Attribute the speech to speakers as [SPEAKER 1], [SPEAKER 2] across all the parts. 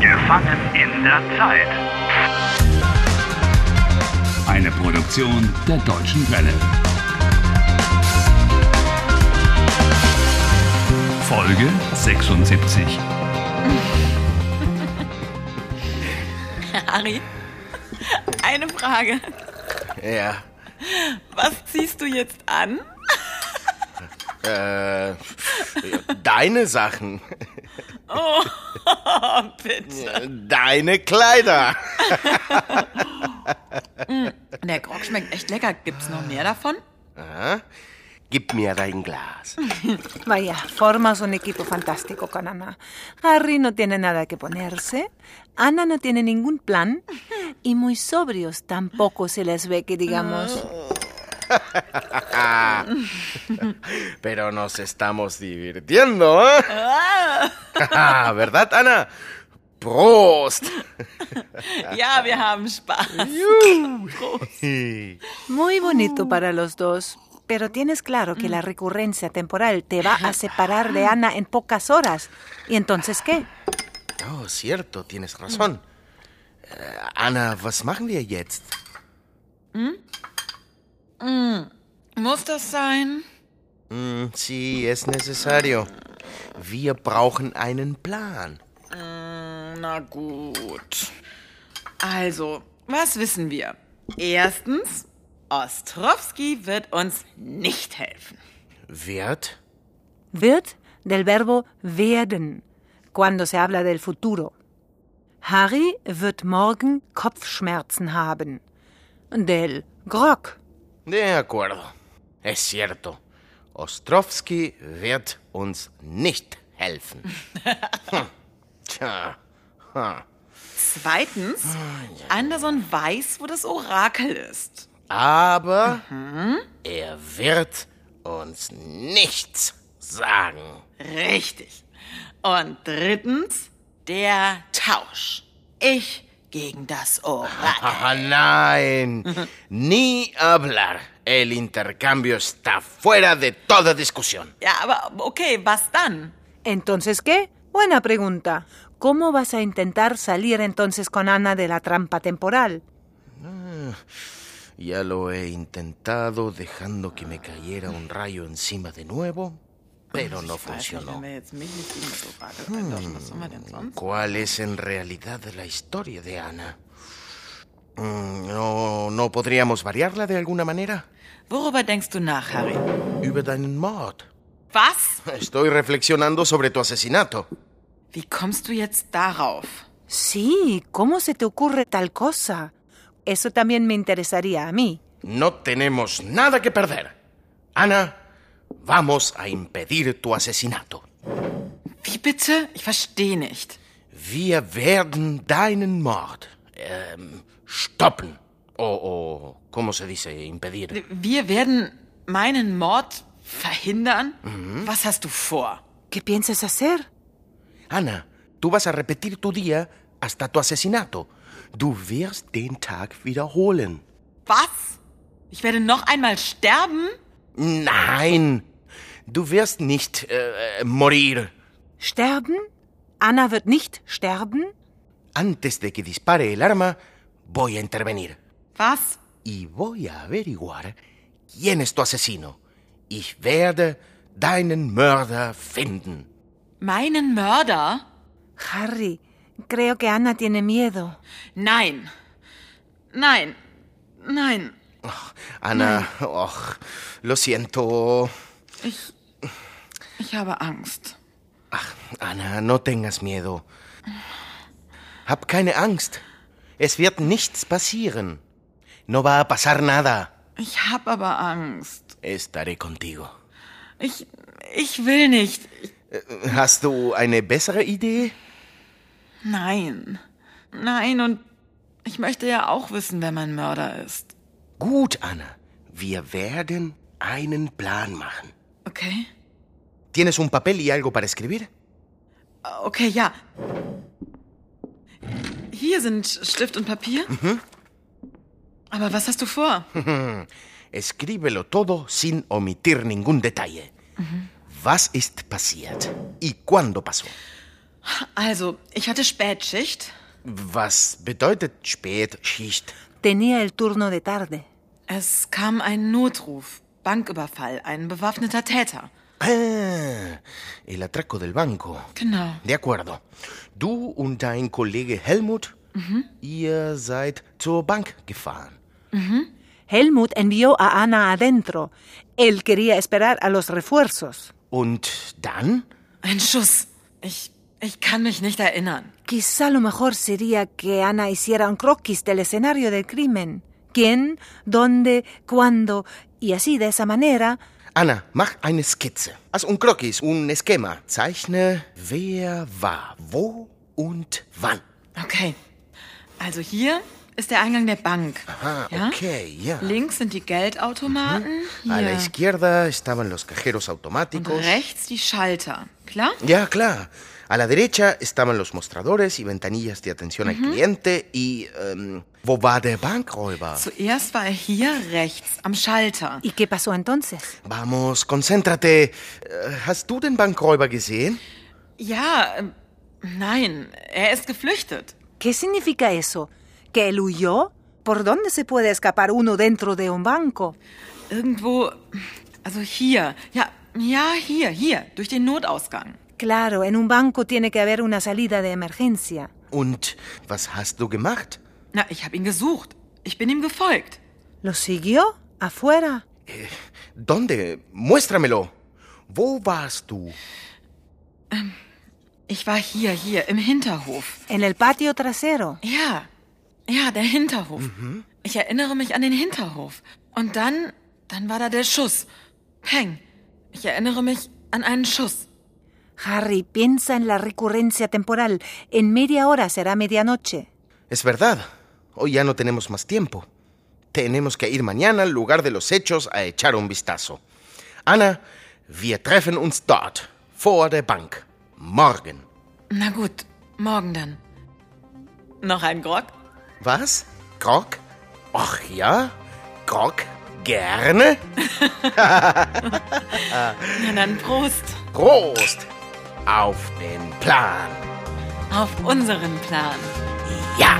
[SPEAKER 1] Gefangen in der Zeit.
[SPEAKER 2] Eine Produktion der Deutschen Welle. Folge 76.
[SPEAKER 3] Harry, eine Frage.
[SPEAKER 4] Ja,
[SPEAKER 3] Was ziehst du jetzt an?
[SPEAKER 4] äh, deine Sachen,
[SPEAKER 3] Oh, bitte.
[SPEAKER 4] deine Kleider.
[SPEAKER 3] Der Grog schmeckt echt lecker. Gibt's noch mehr davon?
[SPEAKER 4] Gib mir dein Glas.
[SPEAKER 5] Vaya, formas un equipo fantástico con Ana. Harry no tiene nada que ponerse, Ana no tiene ningún plan y muy sobrios tampoco se les ve que digamos.
[SPEAKER 4] Pero nos estamos divirtiendo, ¿eh? Jaja, ¿Verdad, Ana? Prost!
[SPEAKER 3] Ja, wir haben Spaß.
[SPEAKER 5] Muy bonito para los dos, pero tienes claro que la recurrencia temporal te va a separar de Ana en pocas horas. ¿Y entonces qué?
[SPEAKER 4] Oh, cierto, tienes razón. Äh, Anna, was machen wir jetzt?
[SPEAKER 3] Muss das sein?
[SPEAKER 4] Hm, Sí, es necesario. Wir brauchen einen Plan.
[SPEAKER 3] Na gut. Also, was wissen wir? Erstens, Ostrowski wird uns nicht helfen.
[SPEAKER 4] Wert?
[SPEAKER 5] Wird del verbo werden, cuando se habla del futuro. Harry wird morgen Kopfschmerzen haben. Del Grog.
[SPEAKER 4] De acuerdo. Es cierto. Ostrowski wird uns nicht helfen. Hm. Tja. Hm.
[SPEAKER 3] Zweitens, Ah, Anderson weiß, wo das Orakel ist.
[SPEAKER 4] Aber er wird uns nichts sagen.
[SPEAKER 3] Richtig. Und drittens, der Tausch. Ich gegen das Orakel.
[SPEAKER 4] Ah, nein. Ni hablar. El intercambio está fuera de toda discusión.
[SPEAKER 3] Ja, aber okay, was dann?
[SPEAKER 5] ¿Entonces qué? Buena pregunta. ¿Cómo vas a intentar salir entonces con Ana de la trampa temporal?
[SPEAKER 4] Ya lo he intentado dejando que me cayera un rayo encima de nuevo, pero no funcionó.
[SPEAKER 3] Wenn wir jetzt mich nicht gegen das Orakel eintauschen, was soll man denn sonst?
[SPEAKER 4] ¿Cuál es en realidad la historia de Ana? Mm, ¿No, no podríamos variarla de alguna manera?
[SPEAKER 3] Worüber denkst du nach, Harry?
[SPEAKER 4] Über deinen Mord.
[SPEAKER 3] Was?
[SPEAKER 4] Estoy reflexionando sobre tu asesinato.
[SPEAKER 3] Wie kommst du jetzt darauf?
[SPEAKER 5] Sí, ¿cómo se te ocurre tal cosa? Eso también me interesaría a mí.
[SPEAKER 4] No tenemos nada que perder. Ana, vamos a impedir tu asesinato.
[SPEAKER 3] Wie bitte? Ich verstehe nicht.
[SPEAKER 4] Wir werden deinen Mord ähm, stoppen. O, o, ¿cómo se dice? Impedir.
[SPEAKER 3] Wir werden meinen Mord verhindern? Was hast du vor?
[SPEAKER 5] ¿Qué piensas hacer?
[SPEAKER 4] Anna, du vas a repetir tu día hasta tu asesinato. Du wirst den Tag wiederholen.
[SPEAKER 3] Was? Ich werde noch einmal sterben?
[SPEAKER 4] Nein, du wirst nicht äh, morir.
[SPEAKER 5] ¿Sterben? ¿Ana wird nicht sterben?
[SPEAKER 4] Antes de que dispare el arma, voy a intervenir.
[SPEAKER 3] Was?
[SPEAKER 4] Y voy a averiguar quién es tu asesino. Ich werde deinen Mörder finden.
[SPEAKER 3] Meinen Mörder?
[SPEAKER 5] Harry, creo que Ana tiene miedo.
[SPEAKER 3] Nein. Nein. Nein.
[SPEAKER 4] Anna, och, lo siento.
[SPEAKER 3] Ich. Ich habe Angst.
[SPEAKER 4] Anna, no tengas miedo. Hab keine Angst. Es wird nichts passieren. No va a pasar nada.
[SPEAKER 3] Ich habe aber Angst.
[SPEAKER 4] Estaré contigo.
[SPEAKER 3] Ich. Ich will nicht. Ich,
[SPEAKER 4] Hast du eine bessere Idee?
[SPEAKER 3] nein. Nein, und ich möchte ja auch wissen, wer mein Mörder ist.
[SPEAKER 4] Gut, Anna. Wir werden einen Plan machen.
[SPEAKER 3] Okay?
[SPEAKER 4] ¿Tienes un papel y algo para escribir?
[SPEAKER 3] Okay, ja. Hier sind Stift und Papier. Aber was hast du vor?
[SPEAKER 4] Escríbelo todo sin omitir ningún detalle. Was ist passiert? ¿Y cuándo pasó?
[SPEAKER 3] Also, ich hatte Spätschicht.
[SPEAKER 4] Was bedeutet Spätschicht?
[SPEAKER 5] Tenía el turno de tarde.
[SPEAKER 3] Es kam ein Notruf, Banküberfall, ein bewaffneter Täter.
[SPEAKER 4] Ah, el atraco del banco.
[SPEAKER 3] Genau.
[SPEAKER 4] De acuerdo. Du und dein Kollege Helmut,
[SPEAKER 3] Mhm.
[SPEAKER 4] ihr seid zur Bank gefahren.
[SPEAKER 5] Helmut envió a Ana adentro. Él quería esperar a los refuerzos.
[SPEAKER 4] Und dann?
[SPEAKER 3] Ein Schuss. Ich, ich kann mich nicht erinnern.
[SPEAKER 5] Quizá lo mejor sería que Ana hiciera un croquis del escenario del crimen. ¿Quién? ¿Dónde? ¿Cuándo? Y así, de esa manera,
[SPEAKER 4] Anna, mach eine Skizze. Haz un croquis, un esquema. Zeichne, wer war, wo und wann.
[SPEAKER 3] Okay. Also hier ist der Eingang der Bank.
[SPEAKER 4] Ah,
[SPEAKER 3] Ja?
[SPEAKER 4] okay, Mhm. Ah, ja.
[SPEAKER 3] Links sind die Geldautomaten.
[SPEAKER 4] A la
[SPEAKER 3] Hier.
[SPEAKER 4] izquierda estaban los cajeros
[SPEAKER 3] Und
[SPEAKER 4] automáticos.
[SPEAKER 3] rechts die Schalter. Klar?
[SPEAKER 4] Ya, claro. A la derecha estaban los mostradores y ventanillas de atención al cliente y... em, wo war der Bankräuber?
[SPEAKER 3] Zuerst war er hier rechts am Schalter.
[SPEAKER 5] ¿y qué pasó entonces?
[SPEAKER 4] Vamos, concéntrate. Äh, Hast du den Bankräuber gesehen?
[SPEAKER 3] Ja, ähm, nein, er ist geflüchtet.
[SPEAKER 5] ¿Qué significa eso? ¿Que él huyó? ¿Por dónde se puede escapar uno dentro de un banco?
[SPEAKER 3] Irgendwo, also hier. Ja, ja, hier, hier, durch den Notausgang.
[SPEAKER 5] Claro, en un banco tiene que haber una salida de emergencia.
[SPEAKER 4] Und was hast du gemacht?
[SPEAKER 3] Na, ich habe ihn gesucht. Ich bin ihm gefolgt.
[SPEAKER 5] ¿Lo siguió? ¿Afuera?
[SPEAKER 4] ¿Dónde? Muéstramelo. Wo warst du?
[SPEAKER 3] Ich war hier, hier, im Hinterhof.
[SPEAKER 5] ¿En el patio trasero?
[SPEAKER 3] Ja, ja, der Hinterhof. Ich erinnere mich an den Hinterhof. Und dann, dann war da der Schuss. Peng. Ich erinnere mich an einen Schuss.
[SPEAKER 5] Harry, piensa en la recurrencia temporal. En media hora será medianoche.
[SPEAKER 4] Es verdad. Hoy ya no tenemos más tiempo. Tenemos que ir mañana al lugar de los hechos a echar un vistazo. Anna, wir treffen uns dort, vor der Bank. Morgen.
[SPEAKER 3] Na gut, morgen dann. Noch ein Grog?
[SPEAKER 4] Was? Grog? Ach ja, Grog, gerne.
[SPEAKER 3] Na dann Prost.
[SPEAKER 4] Prost. Auf den Plan.
[SPEAKER 3] Auf unseren Plan.
[SPEAKER 4] Ja.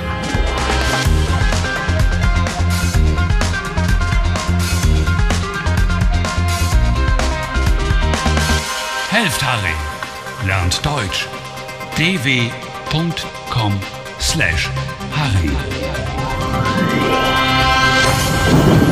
[SPEAKER 2] Helft Harry. Lernt Deutsch. dw.com/harry.